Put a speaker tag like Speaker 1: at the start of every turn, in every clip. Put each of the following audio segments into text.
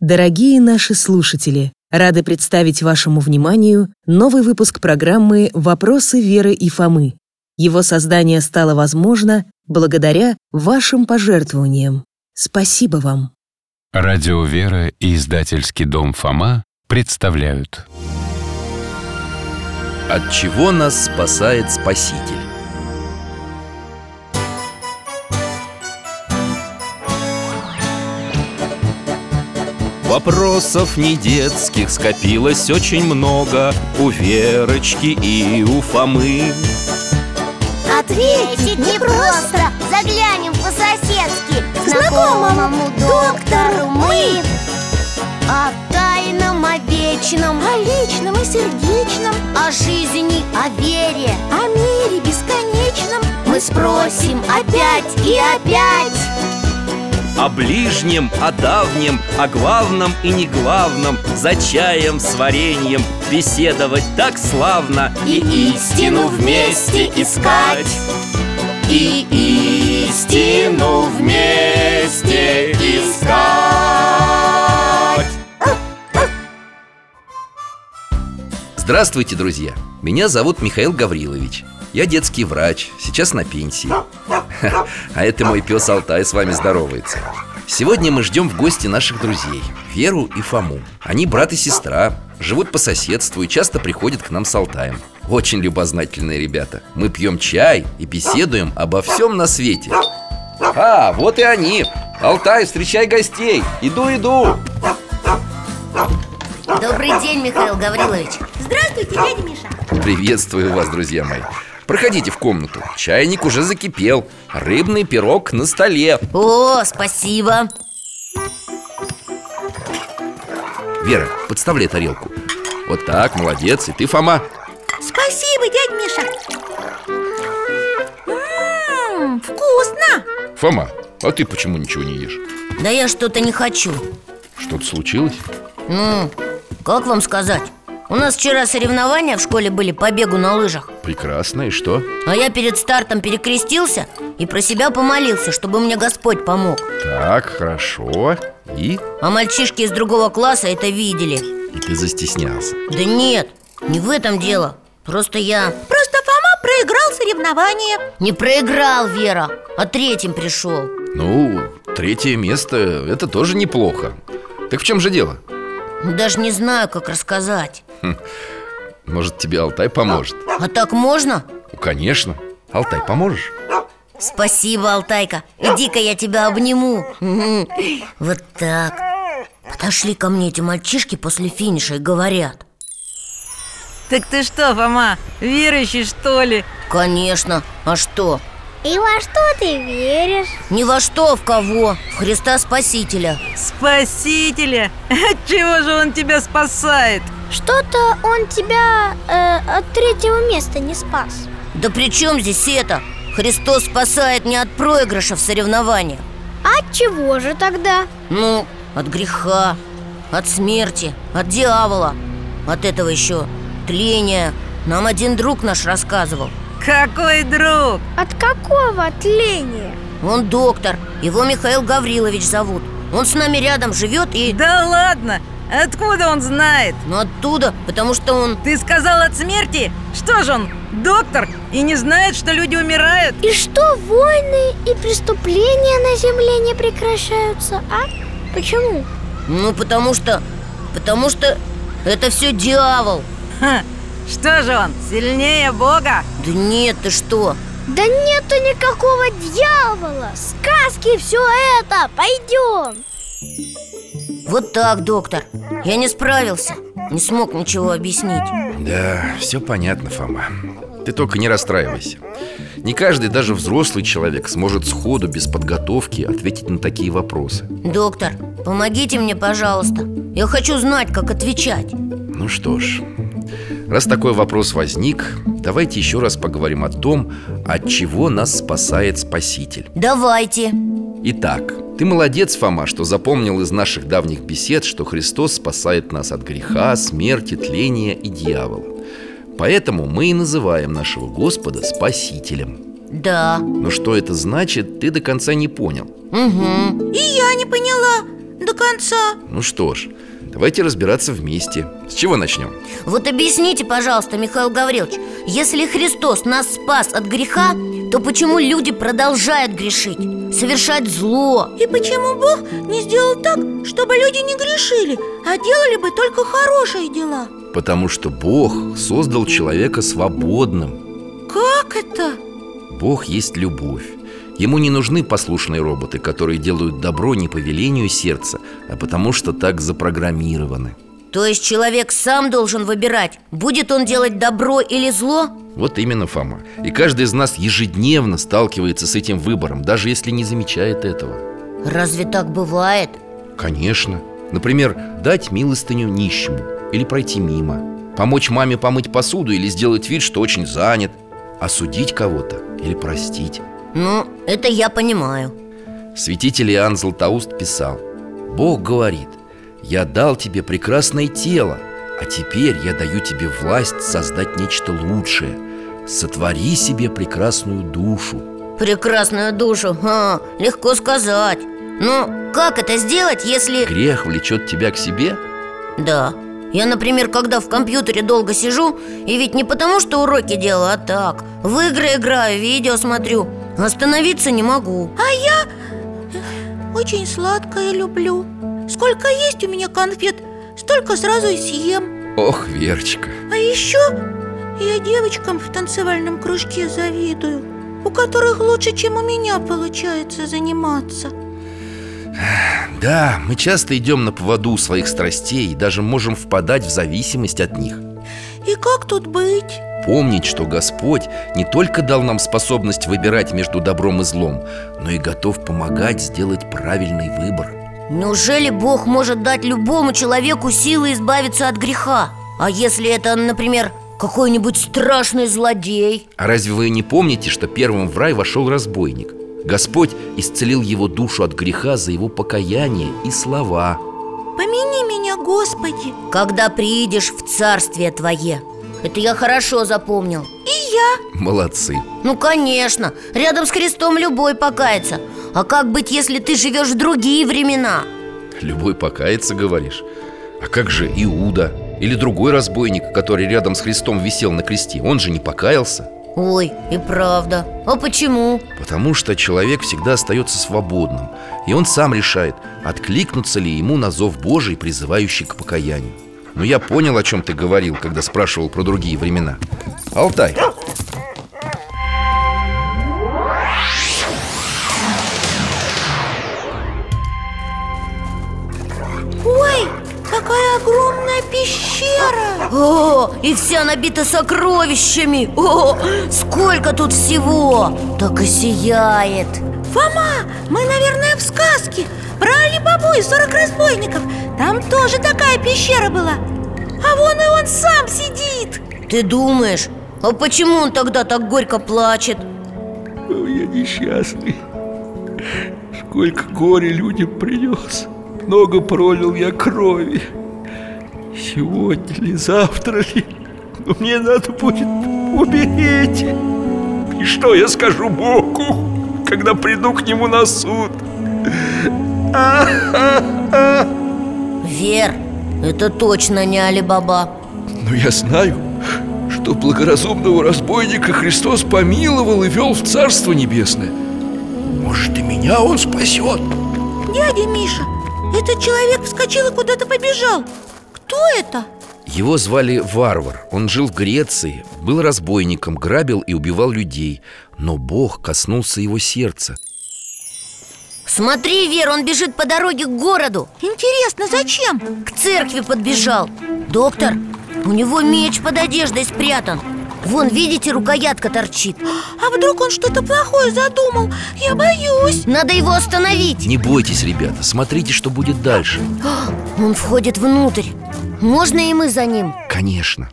Speaker 1: Дорогие наши слушатели, рады представить вашему вниманию новый выпуск программы «Вопросы Веры и Фомы». Его создание стало возможно благодаря вашим пожертвованиям. Спасибо вам!
Speaker 2: Радио «Вера» и издательский дом «Фома» представляют.
Speaker 3: От чего нас спасает Спаситель? Вопросов не детских скопилось очень много У Верочки и у Фомы
Speaker 4: Ответить непросто Заглянем по-соседски к Знакомому доктору мы О тайном, о вечном
Speaker 5: О личном и сердечном,
Speaker 4: О жизни, о вере
Speaker 5: о мире бесконечном
Speaker 4: Мы спросим опять и опять
Speaker 3: О ближнем, о давнем, о главном и не главном За чаем с вареньем беседовать так славно
Speaker 4: И истину вместе искать.
Speaker 3: И истину вместе искать Здравствуйте, друзья! Меня зовут Михаил Гаврилович Я детский врач, сейчас на пенсии А это мой пес Алтай с вами здоровается Сегодня мы ждем в гости наших друзей Веру и Фому Они брат и сестра, живут по соседству и часто приходят к нам с Алтаем Очень любознательные ребята Мы пьем чай и беседуем обо всем на свете А, вот и они Алтай, встречай гостей Иду, иду
Speaker 4: Добрый день, Михаил Гаврилович
Speaker 5: Здравствуйте, дядя Миша
Speaker 3: Приветствую вас, друзья мои Проходите в комнату Чайник уже закипел Рыбный пирог на столе
Speaker 4: О, спасибо
Speaker 3: Вера, подставляй тарелку Вот так, молодец, и ты, Фома
Speaker 5: Спасибо, дядя Миша М, М-м, Вкусно!
Speaker 3: Фома, а ты почему ничего не ешь?
Speaker 4: Да я что-то не хочу
Speaker 3: Что-то случилось?
Speaker 4: Ну, как вам сказать? У нас вчера соревнования в школе были по бегу на лыжах
Speaker 3: Прекрасно, и что?
Speaker 4: А я перед стартом перекрестился и про себя помолился, чтобы мне Господь помог
Speaker 3: Так, хорошо И?
Speaker 4: А мальчишки из другого класса это видели
Speaker 3: И ты застеснялся
Speaker 4: Да нет, не в этом дело Просто я
Speaker 5: Просто Фома проиграл соревнование
Speaker 4: не проиграл, Вера, а третьим пришел
Speaker 3: Ну, третье место, это тоже неплохо Так в чем же дело?
Speaker 4: Даже не знаю, как рассказать
Speaker 3: Может, тебе Алтай поможет?
Speaker 4: А так можно?
Speaker 3: Ну, конечно Алтай, поможешь?
Speaker 4: Спасибо, Алтайка Иди-ка я тебя обниму Мгм. Вот так Подошли ко мне эти мальчишки после финиша и говорят
Speaker 6: Так ты что, Фома, верующий, что ли?
Speaker 4: Конечно, а что?
Speaker 5: И во что ты веришь?
Speaker 4: Ни во что, в кого? В Христа Спасителя
Speaker 6: Спасителя? От чего же он тебя спасает?
Speaker 5: Что-то он тебя э, от третьего места не спас
Speaker 4: Да при чем здесь это? Христос спасает не от проигрыша в соревнованиях
Speaker 5: От чего же тогда?
Speaker 4: Ну, от греха, от смерти, от дьявола От этого еще тления Нам один друг наш рассказывал
Speaker 6: Какой друг?
Speaker 5: От какого тления?
Speaker 4: Он доктор, его Михаил Гаврилович зовут Он с нами рядом живет и...
Speaker 6: Да ладно, откуда он знает?
Speaker 4: Ну оттуда, потому что он...
Speaker 6: Ты сказал от смерти? Что же он, доктор, и не знает, что люди умирают?
Speaker 5: И что войны и преступления на земле не прекращаются, а? Почему?
Speaker 4: Ну потому что... Потому что это все дьявол
Speaker 6: Ха, что же он, сильнее Бога?
Speaker 4: Да нет, ты что?
Speaker 5: Да нету никакого дьявола! Сказки все это! Пойдем!
Speaker 4: Вот так, доктор Я не справился Не смог ничего объяснить
Speaker 3: Да, все понятно, Фома Ты только не расстраивайся Не каждый, даже взрослый человек Сможет сходу, без подготовки Ответить на такие вопросы
Speaker 4: Доктор, помогите мне, пожалуйста Я хочу знать, как отвечать
Speaker 3: Ну что ж, раз такой вопрос возник Давайте еще раз поговорим о том От чего нас спасает Спаситель
Speaker 4: Давайте
Speaker 3: Итак, ты молодец, Фома, что запомнил из наших давних бесед, что Христос спасает нас от греха, смерти, тления и дьявола. Поэтому мы и называем нашего Господа Спасителем.
Speaker 4: Да
Speaker 3: Но что это значит, ты до конца не понял.
Speaker 4: Угу
Speaker 5: И я не поняла
Speaker 4: До конца
Speaker 3: Ну что ж, давайте разбираться вместе С чего начнем?
Speaker 4: Вот объясните, пожалуйста, Михаил Гаврилович Если Христос нас спас от греха То почему люди продолжают грешить, совершать зло?
Speaker 7: И почему Бог не сделал так, чтобы люди не грешили, а делали бы только хорошие дела?
Speaker 3: Потому что Бог создал человека свободным
Speaker 7: Как это?
Speaker 3: Бог есть любовь Ему не нужны послушные роботы, которые делают добро не по велению сердца, а потому что так запрограммированы.
Speaker 4: То есть человек сам должен выбирать, будет он делать добро или зло?
Speaker 3: Вот именно Фома. И каждый из нас ежедневно сталкивается с этим выбором, даже если не замечает этого.
Speaker 4: Разве так бывает?
Speaker 3: Конечно. Например, дать милостыню нищему или пройти мимо. Помочь маме помыть посуду или сделать вид, что очень занят. Осудить кого-то или простить.
Speaker 4: Ну, это я понимаю
Speaker 3: Святитель Иоанн Златоуст писал Бог говорит «Я дал тебе прекрасное тело, а теперь я даю тебе власть создать нечто лучшее Сотвори себе прекрасную душу»
Speaker 4: Прекрасную душу, ха, легко сказать Но как это сделать, если...
Speaker 3: Грех влечет тебя к себе?
Speaker 4: Да. Я, например, когда в компьютере долго сижу, и ведь не потому, что уроки делаю, а так. В игры играю, видео смотрю. Остановиться не могу.
Speaker 7: Очень сладкое люблю. Сколько есть у меня конфет, столько сразу и съем.
Speaker 3: Ох, Верочка,
Speaker 7: А еще я девочкам в танцевальном кружке завидую, у которых лучше, чем у меня получается заниматься.
Speaker 3: Да, мы часто идем на поводу у своих страстей и даже можем впадать в зависимость от них.
Speaker 7: И как тут быть?
Speaker 3: Помнить, что Господь не только дал нам способность выбирать между добром и злом, но и готов помогать сделать правильный выбор.
Speaker 4: Неужели Бог может дать любому человеку силы избавиться от греха? А если это, например, какой-нибудь страшный злодей?
Speaker 3: А разве вы не помните, что первым в рай вошел разбойник? Господь исцелил его душу от греха за его покаяние и слова.
Speaker 7: Помяни меня, Господи,
Speaker 4: Когда приидешь в царствие твое Это я хорошо запомнил
Speaker 3: Молодцы.
Speaker 4: Ну, конечно, рядом с Христом любой покается А как быть, если ты живешь в другие времена?
Speaker 3: Любой покается, говоришь. А как же Иуда? Или другой разбойник, который рядом с Христом висел на кресте? Он же не покаялся.
Speaker 4: Ой, и правда А почему?
Speaker 3: Потому что человек всегда остается свободным И он сам решает, откликнуться ли ему на зов Божий, призывающий к покаянию Но я понял, о чем ты говорил, когда спрашивал про другие времена Алтай,
Speaker 7: Ой, какая огромная пещера!
Speaker 4: О, и вся набита сокровищами О, сколько тут всего Так и сияет
Speaker 7: Фома, мы, наверное, в сказке про Али-Бабу и 40 разбойников Там тоже такая пещера была А вон и он сам сидит
Speaker 4: Ты думаешь, а почему он тогда так горько плачет?
Speaker 8: Ой, я несчастный Сколько горя людям принес Много пролил я крови Сегодня ли, завтра ли Но мне надо будет умереть И что я скажу Богу, когда приду к нему на суд?
Speaker 4: Вер, это точно не Алибаба
Speaker 8: Но я знаю, что благоразумного разбойника Христос помиловал и вел в Царство Небесное Может и меня он спасет
Speaker 7: Дядя Миша, этот человек вскочил и куда-то побежал Кто это?
Speaker 3: его звали Варвар Он жил в Греции, был разбойником, грабил и убивал людей Но Бог коснулся его сердца
Speaker 4: Смотри, Вер, он бежит по дороге к городу
Speaker 7: Интересно, зачем?
Speaker 4: К церкви подбежал Доктор, у него меч под одеждой спрятан Вон, видите, рукоятка торчит
Speaker 7: А вдруг он что-то плохое задумал? Я боюсь
Speaker 4: Надо его остановить
Speaker 3: Не бойтесь, ребята, смотрите, что будет дальше
Speaker 4: Он входит внутрь Можно и мы за ним?
Speaker 3: Конечно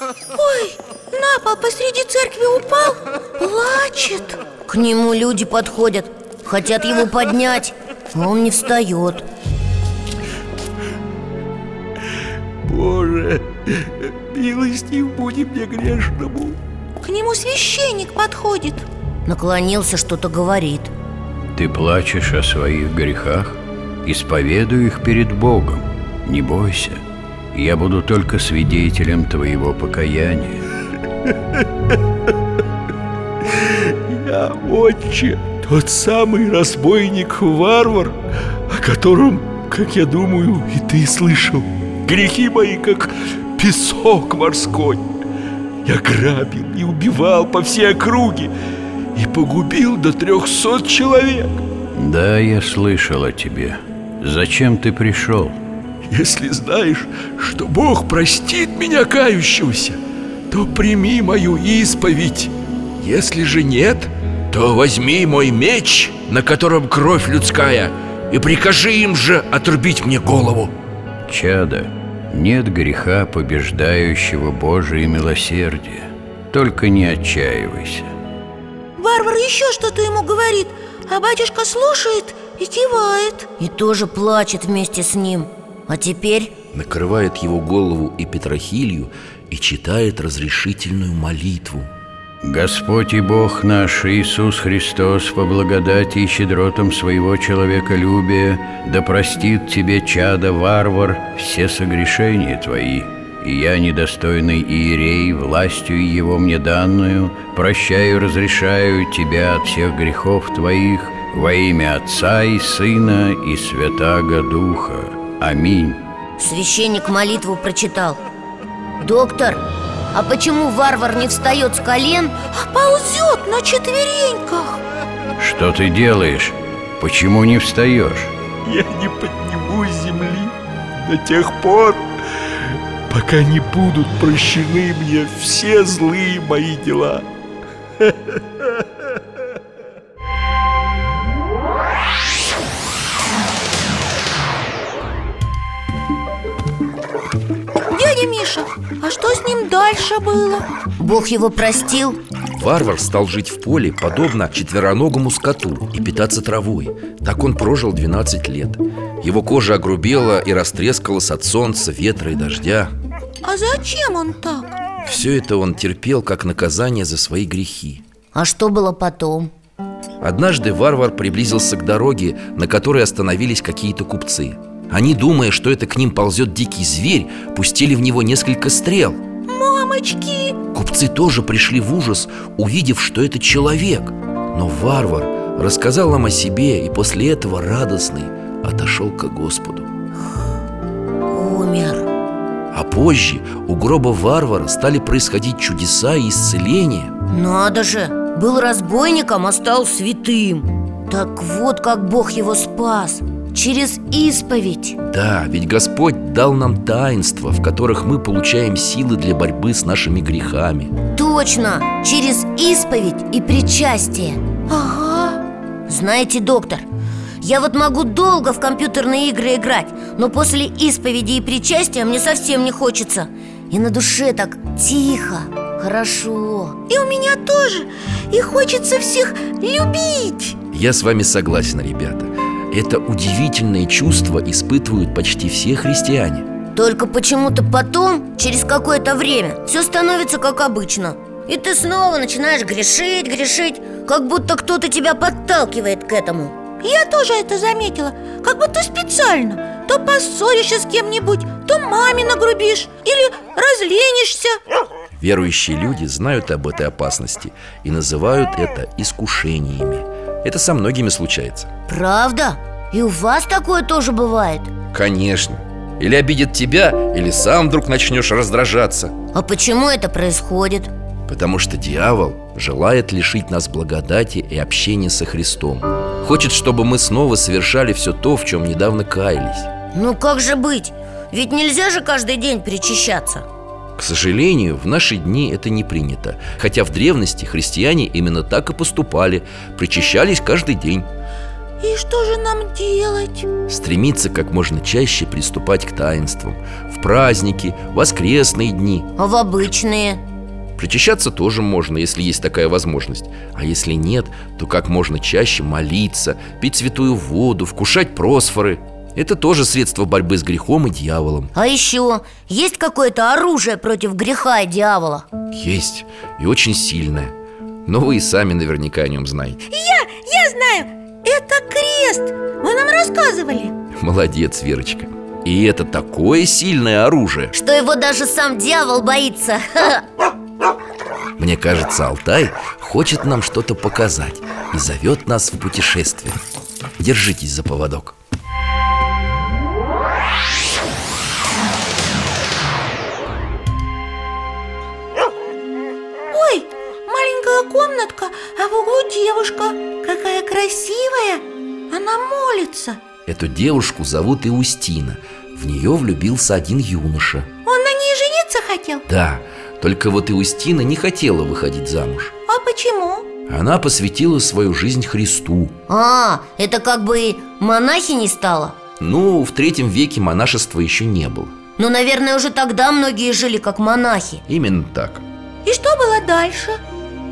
Speaker 7: Ой, на пол посреди церкви упал Плачет
Speaker 4: К нему люди подходят Хотят его поднять а Он не встает
Speaker 8: Боже, милостив буди мне грешному
Speaker 7: К нему священник подходит
Speaker 4: Наклонился, что-то говорит
Speaker 9: Ты плачешь о своих грехах? исповедуй их перед Богом. Не бойся, я буду только свидетелем твоего покаяния.
Speaker 8: Я, отче, тот самый разбойник-варвар, о котором, как я думаю, и ты слышал. Грехи мои, как песок морской. Я грабил и убивал по всей округе и погубил до трехсот человек.
Speaker 9: Да, я слышал о тебе. Зачем ты пришел?
Speaker 8: Если знаешь, что Бог простит меня кающегося, то прими мою исповедь. Если же нет, то возьми мой меч, на котором кровь людская, и прикажи им же отрубить мне голову.
Speaker 9: Чада, нет греха, побеждающего Божие милосердие. Только не отчаивайся.
Speaker 7: Варвар еще что-то ему говорит А батюшка слушает и кивает
Speaker 4: И тоже плачет вместе с ним А теперь
Speaker 3: Накрывает его голову и Петрохилью и читает разрешительную молитву.
Speaker 9: Господь и Бог наш Иисус Христос по благодати и щедротам своего человеколюбия да простит тебе, чада варвар, все согрешения твои. И я, недостойный иерей, властью его мне данную, прощаю, разрешаю тебя от всех грехов твоих во имя Отца и Сына и Святаго Духа. Аминь.
Speaker 4: священник молитву прочитал Доктор, а почему варвар не встает с колен?
Speaker 7: А ползет на четвереньках
Speaker 9: Что ты делаешь? Почему не встаешь?
Speaker 8: Я не подниму земли до тех пор, пока не будут прощены мне все злые мои дела.
Speaker 7: Дядя Миша, а что с ним дальше было?
Speaker 4: Бог его простил?
Speaker 3: Варвар стал жить в поле, подобно четвероногому скоту, и питаться травой. Так он прожил 12 лет. Его кожа огрубела и растрескалась от солнца, ветра и дождя.
Speaker 7: А зачем он так?
Speaker 3: Все это он терпел как наказание за свои грехи.
Speaker 4: А что было потом?
Speaker 3: Однажды варвар приблизился к дороге, на которой остановились какие-то купцы. Они, думая, что это к ним ползет дикий зверь, пустили в него несколько стрел.
Speaker 7: Мамочки!
Speaker 3: Купцы тоже пришли в ужас, увидев, что это человек. Но варвар рассказал нам о себе и после этого радостный отошел к Господу.
Speaker 4: Умер
Speaker 3: А позже у гроба варвара стали происходить чудеса и исцеления.
Speaker 4: Надо же, был разбойником, а стал святым Так вот как Бог его спас Через исповедь
Speaker 3: Да, ведь Господь дал нам таинства, в которых мы получаем силы для борьбы с нашими грехами.
Speaker 4: Точно, через исповедь и причастие
Speaker 7: Ага,
Speaker 4: Знаете, доктор, я вот могу долго в компьютерные игры играть Но после исповеди и причастия мне совсем не хочется И на душе так тихо, хорошо
Speaker 7: и у меня тоже И хочется всех любить
Speaker 3: Я с вами согласен, ребята. Это удивительное чувство испытывают почти все христиане.
Speaker 4: Только почему-то потом, через какое-то время, все становится как обычно И ты снова начинаешь грешить, грешить Как будто кто-то тебя подталкивает к этому
Speaker 7: Я тоже это заметила Как будто специально То поссоришься с кем-нибудь То маме нагрубишь Или разленишься
Speaker 3: Верующие люди знают об этой опасности и называют это искушениями. Это со многими случается.
Speaker 4: Правда? И у вас такое тоже бывает?
Speaker 3: Конечно. Или обидит тебя, или сам вдруг начнешь раздражаться.
Speaker 4: А почему это происходит?
Speaker 3: Потому что дьявол желает лишить нас благодати и общения со Христом. Хочет, чтобы мы снова совершали все то, в чем недавно каялись.
Speaker 4: Ну как же быть? Ведь нельзя же каждый день причащаться
Speaker 3: К сожалению, в наши дни это не принято. Хотя в древности христиане именно так и поступали, причащались каждый день.
Speaker 7: И что же нам делать?
Speaker 3: Стремиться как можно чаще приступать к таинствам. В праздники, воскресные дни.
Speaker 4: А в обычные?
Speaker 3: Причащаться тоже можно, если есть такая возможность. А если нет, то как можно чаще молиться, пить святую воду, вкушать просфоры. Это тоже средство борьбы с грехом и дьяволом.
Speaker 4: А еще есть какое-то оружие против греха и дьявола?
Speaker 3: Есть, и очень сильное. Но вы и сами наверняка о нем знаете.
Speaker 7: Я, я знаю, это крест Вы нам рассказывали
Speaker 3: Молодец, Верочка И это такое сильное оружие
Speaker 4: Что его даже сам дьявол боится
Speaker 3: Мне кажется, Алтай хочет нам что-то показать И зовет нас в путешествие Держитесь за поводок
Speaker 7: Ой, маленькая комнатка, а в углу девушка Какая красивая, она молится
Speaker 3: Эту девушку зовут Иустина В нее влюбился один юноша
Speaker 7: Он на ней жениться хотел?
Speaker 3: Да, только вот Иустина не хотела выходить замуж
Speaker 7: А почему?
Speaker 3: Она посвятила свою жизнь Христу
Speaker 4: А, это как бы монахиней стала
Speaker 3: Ну, в третьем веке монашества еще не было
Speaker 4: Ну, наверное, уже тогда многие жили как монахи
Speaker 3: Именно так
Speaker 7: И что было дальше?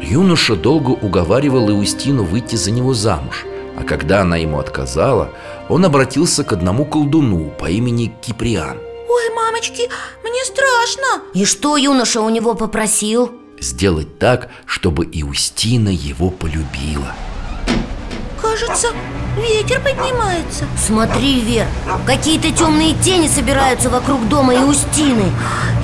Speaker 3: Юноша долго уговаривал Иустину выйти за него замуж А когда она ему отказала, он обратился к одному колдуну по имени Киприан
Speaker 7: Ой, мамочки, мне страшно
Speaker 4: И что юноша у него попросил?
Speaker 3: Сделать так, чтобы Иустина его полюбила
Speaker 7: Кажется, ветер поднимается
Speaker 4: Смотри, Вер, какие-то темные тени собираются вокруг дома Иустины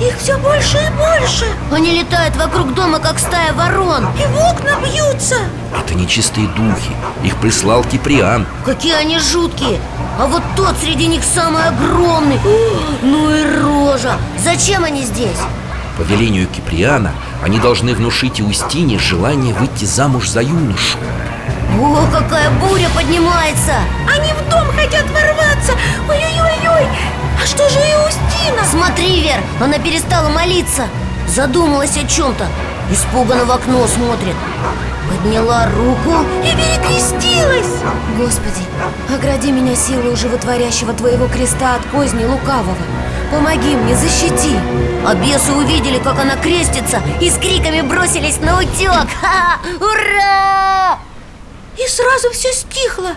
Speaker 7: Их все больше и больше
Speaker 4: Они летают вокруг дома, как стая ворон
Speaker 7: И в окна бьются
Speaker 3: Это нечистые духи, их прислал Киприан
Speaker 4: Какие они жуткие А вот тот среди них самый огромный Ну и рожа Зачем они здесь?
Speaker 3: По велению Киприана они должны внушить Иустине желание выйти замуж за юношу
Speaker 4: О, какая буря поднимается
Speaker 7: Они в дом хотят ворваться Ой-ой-ой-ой А что же Иустина?
Speaker 4: Смотри, Вер, она перестала молиться Задумалась о чем-то Испуганно в окно смотрит Подняла руку
Speaker 7: И перекрестилась
Speaker 4: Господи, огради меня силою животворящего Твоего креста от козни лукавого Помоги мне, защити А бесы увидели, как она крестится И с криками бросились на утек Ха! Ура!
Speaker 7: И сразу все стихло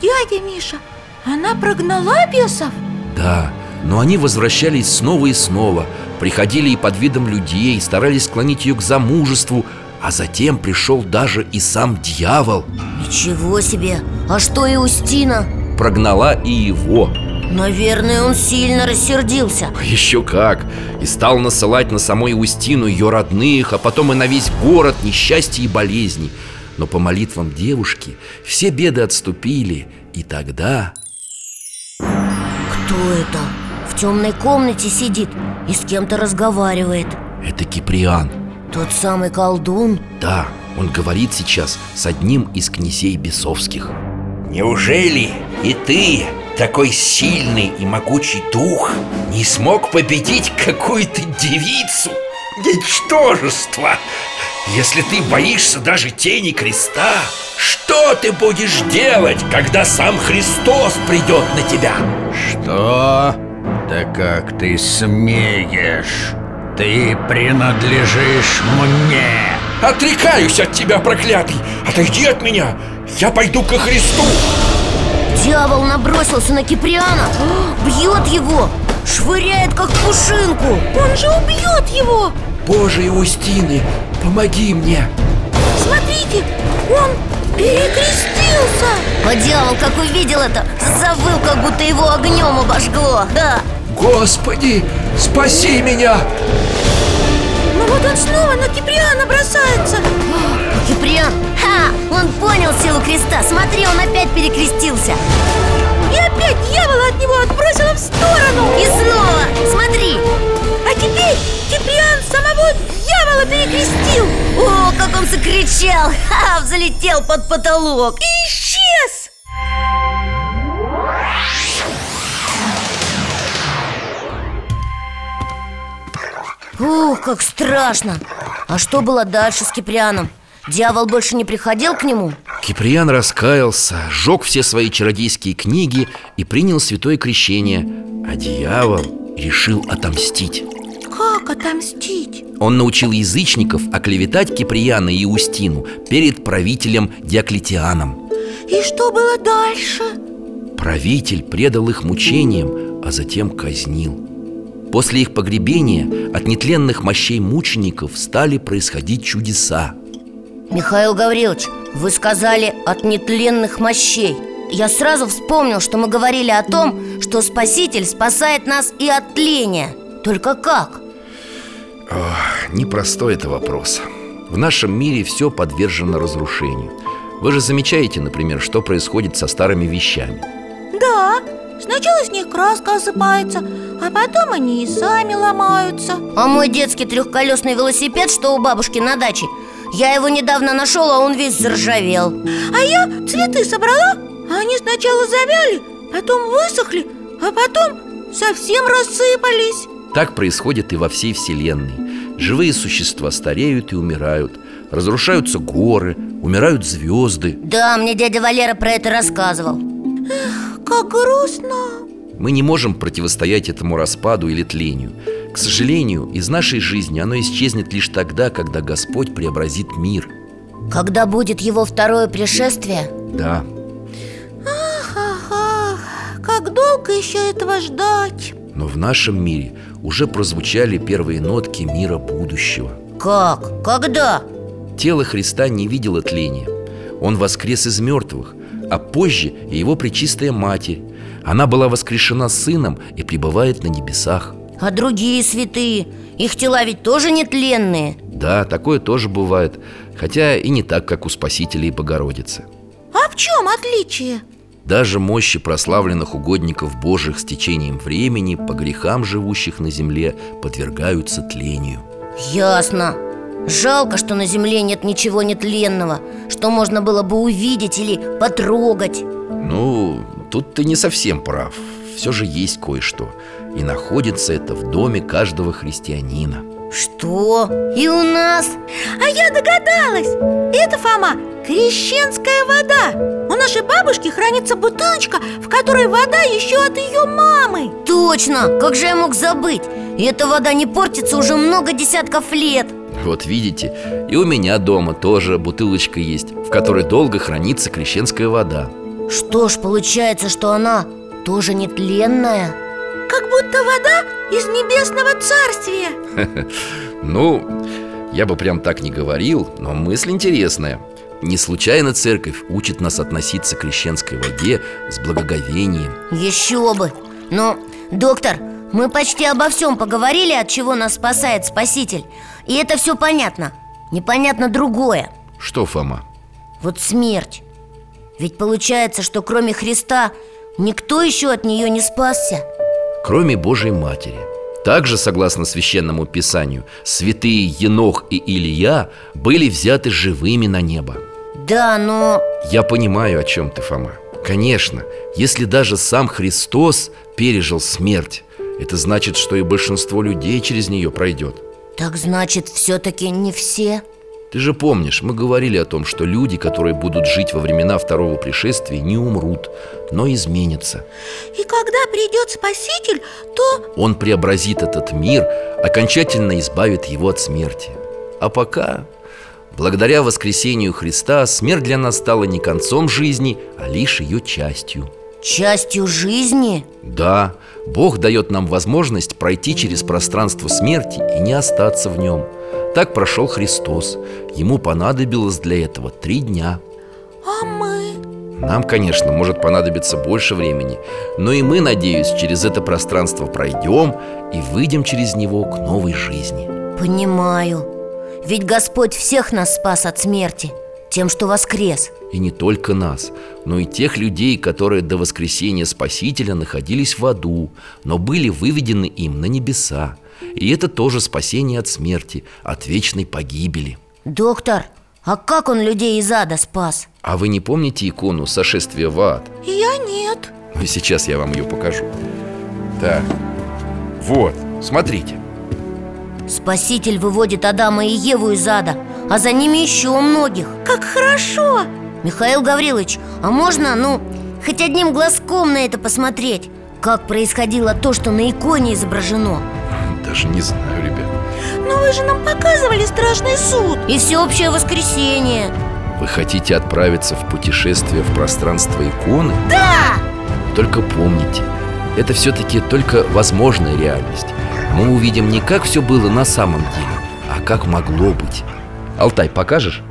Speaker 7: Дядя Миша, она прогнала бесов?
Speaker 3: Да, но они возвращались снова и снова Приходили и под видом людей, старались склонить ее к замужеству А затем пришел даже и сам дьявол
Speaker 4: Ничего себе! А что и Устина?
Speaker 3: Прогнала и его
Speaker 4: Наверное, он сильно рассердился
Speaker 3: Еще как! И стал насылать на самой Устину ее родных А потом и на весь город несчастья и болезни Но по молитвам девушки все беды отступили И тогда...
Speaker 4: Кто это? В темной комнате сидит и с кем-то разговаривает
Speaker 3: Это Киприан
Speaker 4: Тот самый колдун?
Speaker 3: Да, он говорит сейчас с одним из князей бесовских
Speaker 10: Неужели и ты, такой сильный и могучий дух, не смог победить какую-то девицу? Ничтожество! Если ты боишься даже тени креста, что ты будешь делать, когда сам Христос придет на тебя?
Speaker 9: Что? Да как ты смеешь? Ты принадлежишь мне!
Speaker 10: Отрекаюсь от тебя, проклятый! Отойди от меня! Я пойду ко Христу!
Speaker 4: Дьявол набросился на Киприана О, Бьет его, швыряет как пушинку
Speaker 7: Он же убьет его
Speaker 10: Боже Иустины, помоги мне!
Speaker 7: Смотрите, он перекрестился
Speaker 4: А дьявол, как увидел это, завыл, как будто его огнем обожгло Да,
Speaker 10: Господи, спаси меня!
Speaker 7: Но Ну вот он снова на Киприана бросается
Speaker 4: А, Киприан, ха, он понял силу креста Смотри, он опять перекрестился
Speaker 7: И опять дьявола от него отбросила в сторону
Speaker 4: И снова, смотри
Speaker 7: А теперь Киприан самого дьявола перекрестил
Speaker 4: О, как он закричал, ха, взлетел под потолок
Speaker 7: И исчез
Speaker 4: Ух, как страшно А что было дальше с Киприаном? Дьявол больше не приходил к нему?
Speaker 3: Киприан раскаялся, сжег все свои чародейские книги и принял святое крещение А дьявол решил отомстить
Speaker 7: Как отомстить?
Speaker 3: Он научил язычников оклеветать Киприяна и Устину перед правителем Диоклетианом
Speaker 7: И что было дальше?
Speaker 3: Правитель предал их мучениям, а затем казнил После их погребения от нетленных мощей мучеников стали происходить чудеса
Speaker 4: Михаил Гаврилович, вы сказали от нетленных мощей я сразу вспомнил, что мы говорили о том, что Спаситель спасает нас и от тления Только как?
Speaker 3: Ох, непростой это вопрос В нашем мире все подвержено разрушению Вы же замечаете, например, что происходит со старыми вещами
Speaker 7: Да, сначала с них краска осыпается, а потом они и сами ломаются
Speaker 4: А мой детский трехколесный велосипед, что у бабушки на даче Я его недавно нашел, а он весь заржавел
Speaker 7: А я цветы собрала, а они сначала завяли, потом высохли, а потом совсем рассыпались
Speaker 3: Так происходит и во всей вселенной Живые существа стареют и умирают Разрушаются горы, умирают звезды
Speaker 4: Да, мне дядя Валера про это рассказывал
Speaker 7: Эх, как грустно
Speaker 3: Мы не можем противостоять этому распаду или тлению К сожалению, из нашей жизни оно исчезнет лишь тогда, когда Господь преобразит мир
Speaker 4: Когда будет его второе пришествие?
Speaker 3: Да,
Speaker 7: Ах, ах, ах, как долго еще этого ждать
Speaker 3: но в нашем мире уже прозвучали первые нотки мира будущего
Speaker 4: Как? Когда?
Speaker 3: Тело Христа не видело тления Он воскрес из мертвых А позже и его пречистая Матерь Она была воскрешена Сыном и пребывает на небесах
Speaker 4: А другие святые? Их тела ведь тоже нетленные
Speaker 3: Да, такое тоже бывает Хотя и не так, как у Спасителя и Богородицы
Speaker 7: А в чем отличие?
Speaker 3: Даже мощи прославленных угодников Божьих с течением времени По грехам живущих на земле подвергаются тлению
Speaker 4: Ясно Жалко, что на земле нет ничего нетленного Что можно было бы увидеть или потрогать
Speaker 3: Ну, тут ты не совсем прав Все же есть кое-что И находится это в доме каждого христианина
Speaker 4: Что? И у нас?
Speaker 7: А я догадалась! Это, Фома, крещенская вода У нашей бабушки хранится бутылочка, в которой вода еще от ее мамы
Speaker 4: Точно! Как же я мог забыть? И эта вода не портится уже много десятков лет
Speaker 3: Вот видите, и у меня дома тоже бутылочка есть В которой долго хранится крещенская вода
Speaker 4: Что ж, получается, что она тоже нетленная?
Speaker 7: Как будто вода из небесного царствия
Speaker 3: Ну, я бы прям так не говорил, но мысль интересная не случайно церковь учит нас относиться к крещенской воде с благоговением
Speaker 4: Еще бы! Но, доктор, мы почти обо всем поговорили, от чего нас спасает Спаситель И это все понятно Непонятно другое
Speaker 3: Что, Фома?
Speaker 4: Вот смерть Ведь получается, что кроме Христа Никто еще от нее не спасся
Speaker 3: Кроме Божьей Матери также, согласно священному писанию, святые Енох и Илья были взяты живыми на небо.
Speaker 4: Да, но...
Speaker 3: Я понимаю, о чем ты, Фома Конечно, если даже сам Христос пережил смерть Это значит, что и большинство людей через нее пройдет
Speaker 4: Так значит, все-таки не все?
Speaker 3: Ты же помнишь, мы говорили о том, что люди, которые будут жить во времена второго пришествия, не умрут, но изменятся
Speaker 7: И когда придет Спаситель, то...
Speaker 3: Он преобразит этот мир, окончательно избавит его от смерти А пока Благодаря воскресению Христа смерть для нас стала не концом жизни, а лишь ее частью.
Speaker 4: Частью жизни?
Speaker 3: Да, Бог дает нам возможность пройти через пространство смерти и не остаться в нем. Так прошел Христос. Ему понадобилось для этого три дня.
Speaker 7: А мы?
Speaker 3: Нам, конечно, может понадобиться больше времени, но и мы, надеюсь, через это пространство пройдем и выйдем через него к новой жизни.
Speaker 4: Понимаю. Ведь Господь всех нас спас от смерти Тем, что воскрес
Speaker 3: И не только нас, но и тех людей, которые до воскресения Спасителя находились в аду Но были выведены им на небеса И это тоже спасение от смерти, от вечной погибели
Speaker 4: Доктор, а как он людей из ада спас?
Speaker 3: А вы не помните икону сошествия в ад?
Speaker 7: Я нет
Speaker 3: Ну сейчас я вам ее покажу Так, вот, смотрите
Speaker 4: Спаситель выводит Адама и Еву из ада А за ними еще многих
Speaker 7: Как хорошо!
Speaker 4: Михаил Гаврилович, а можно, ну, хоть одним глазком на это посмотреть? Как происходило то, что на иконе изображено?
Speaker 3: Даже не знаю, ребят
Speaker 7: Но Ну, вы же нам показывали страшный суд
Speaker 4: И всеобщее воскресенье
Speaker 3: Вы хотите отправиться в путешествие в пространство иконы?
Speaker 4: Да!
Speaker 3: Только помните, это все-таки только возможная реальность Мы увидим не как все было на самом деле, а как могло быть Алтай, покажешь?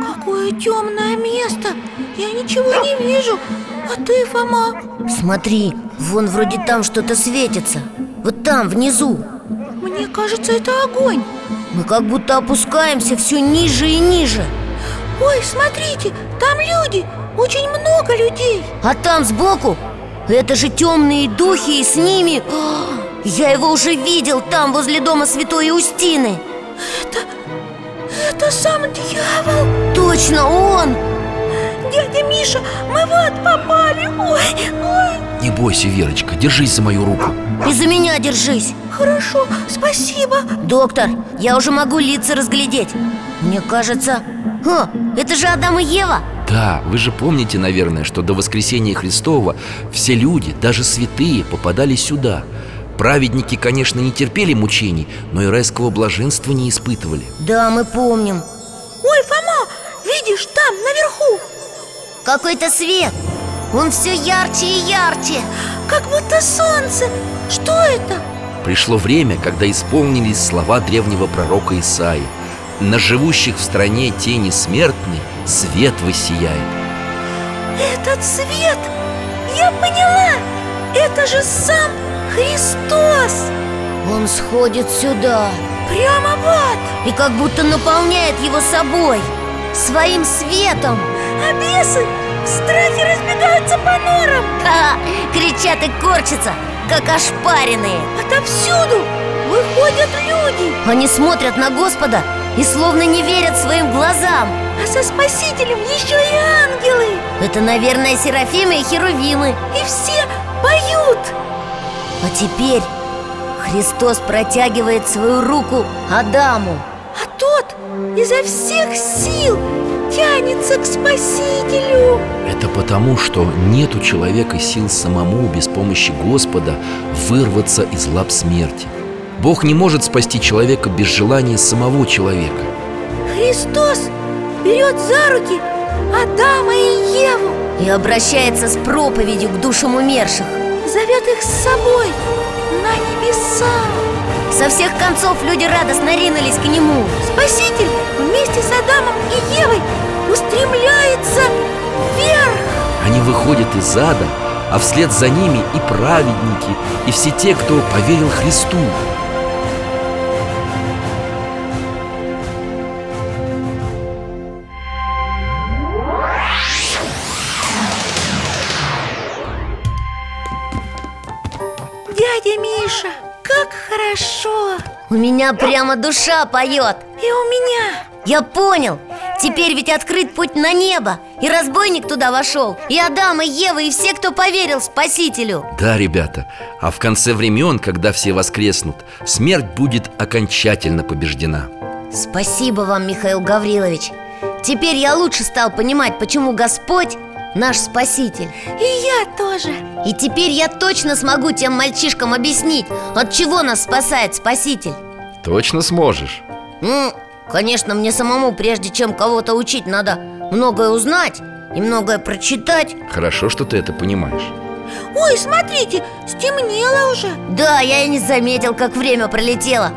Speaker 7: Такое темное место Я ничего не вижу А ты, Фома?
Speaker 4: Смотри, вон вроде там что-то светится Вот там, внизу
Speaker 7: Мне кажется, это огонь
Speaker 4: Мы как будто опускаемся все ниже и ниже
Speaker 7: Ой, смотрите, там люди Очень много людей
Speaker 4: А там сбоку Это же темные духи и с ними О, Я его уже видел там, возле дома святой Устины
Speaker 7: Это... это сам дьявол
Speaker 4: Точно, он!
Speaker 7: Дядя Миша, мы вот попали Ой, ой
Speaker 3: Не бойся, Верочка, держись за мою руку
Speaker 4: И за меня держись
Speaker 7: Хорошо, спасибо
Speaker 4: Доктор, я уже могу лица разглядеть Мне кажется... О, это же Адам и Ева
Speaker 3: Да, вы же помните, наверное, что до воскресения Христова Все люди, даже святые, попадали сюда Праведники, конечно, не терпели мучений Но и райского блаженства не испытывали
Speaker 4: Да, мы помним
Speaker 7: Ой, Фома, видишь, там, наверху
Speaker 4: Какой-то свет Он все ярче и ярче
Speaker 7: Как будто солнце Что это?
Speaker 3: Пришло время, когда исполнились слова древнего пророка Исаи На живущих в стране тени смертной свет высияет
Speaker 7: Этот свет, я поняла Это же сам Христос
Speaker 4: Он сходит сюда
Speaker 7: Прямо вот
Speaker 4: И как будто наполняет его собой Своим светом
Speaker 7: А бесы в страхе разбегаются по норам
Speaker 4: Да, кричат и корчатся, как ошпаренные
Speaker 7: Отовсюду выходят люди
Speaker 4: Они смотрят на Господа и словно не верят своим глазам
Speaker 7: А со Спасителем еще и ангелы
Speaker 4: Это, наверное, Серафимы и Херувимы
Speaker 7: И все поют
Speaker 4: а теперь Христос протягивает свою руку Адаму
Speaker 7: А тот изо всех сил тянется к Спасителю
Speaker 3: Это потому, что нет у человека сил самому без помощи Господа вырваться из лап смерти Бог не может спасти человека без желания самого человека
Speaker 7: Христос берет за руки Адама и Еву
Speaker 4: И обращается с проповедью к душам умерших
Speaker 7: зовет их с собой на небеса
Speaker 4: Со всех концов люди радостно ринулись к нему
Speaker 7: Спаситель вместе с Адамом и Евой устремляется вверх
Speaker 3: Они выходят из ада, а вслед за ними и праведники, и все те, кто поверил Христу
Speaker 7: Дядя Миша, как хорошо
Speaker 4: У меня прямо душа поет
Speaker 7: И у меня
Speaker 4: Я понял, теперь ведь открыт путь на небо И разбойник туда вошел И Адам, и Ева, и все, кто поверил Спасителю
Speaker 3: Да, ребята, а в конце времен, когда все воскреснут Смерть будет окончательно побеждена
Speaker 4: Спасибо вам, Михаил Гаврилович Теперь я лучше стал понимать, почему Господь наш Спаситель
Speaker 7: И я тоже
Speaker 4: И теперь я точно смогу тем мальчишкам объяснить От чего нас спасает Спаситель
Speaker 3: Точно сможешь?
Speaker 4: Ну, конечно, мне самому, прежде чем кого-то учить, надо многое узнать и многое прочитать
Speaker 3: Хорошо, что ты это понимаешь
Speaker 7: Ой, смотрите, стемнело уже
Speaker 4: Да, я и не заметил, как время пролетело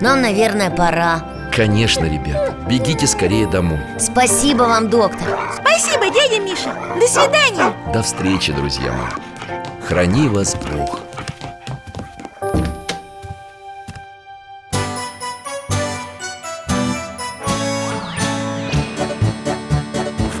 Speaker 4: Нам, наверное, пора
Speaker 3: Конечно, ребята, бегите скорее домой
Speaker 4: Спасибо вам, доктор
Speaker 7: Спасибо, дядя Миша До свидания
Speaker 3: До встречи, друзья мои Храни вас Бог В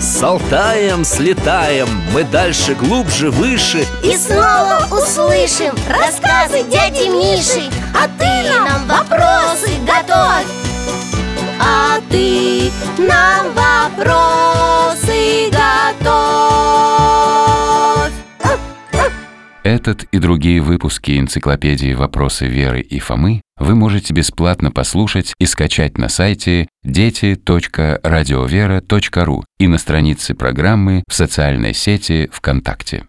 Speaker 3: с Алтаем слетаем Мы дальше, глубже, выше
Speaker 11: И снова услышим Рассказы дяди Миши А ты нам вопросы готовь А ты нам вопросы готовь
Speaker 2: Этот и другие выпуски энциклопедии «Вопросы Веры и Фомы» вы можете бесплатно послушать и скачать на сайте дети.радиовера.ру и на странице программы в социальной сети ВКонтакте.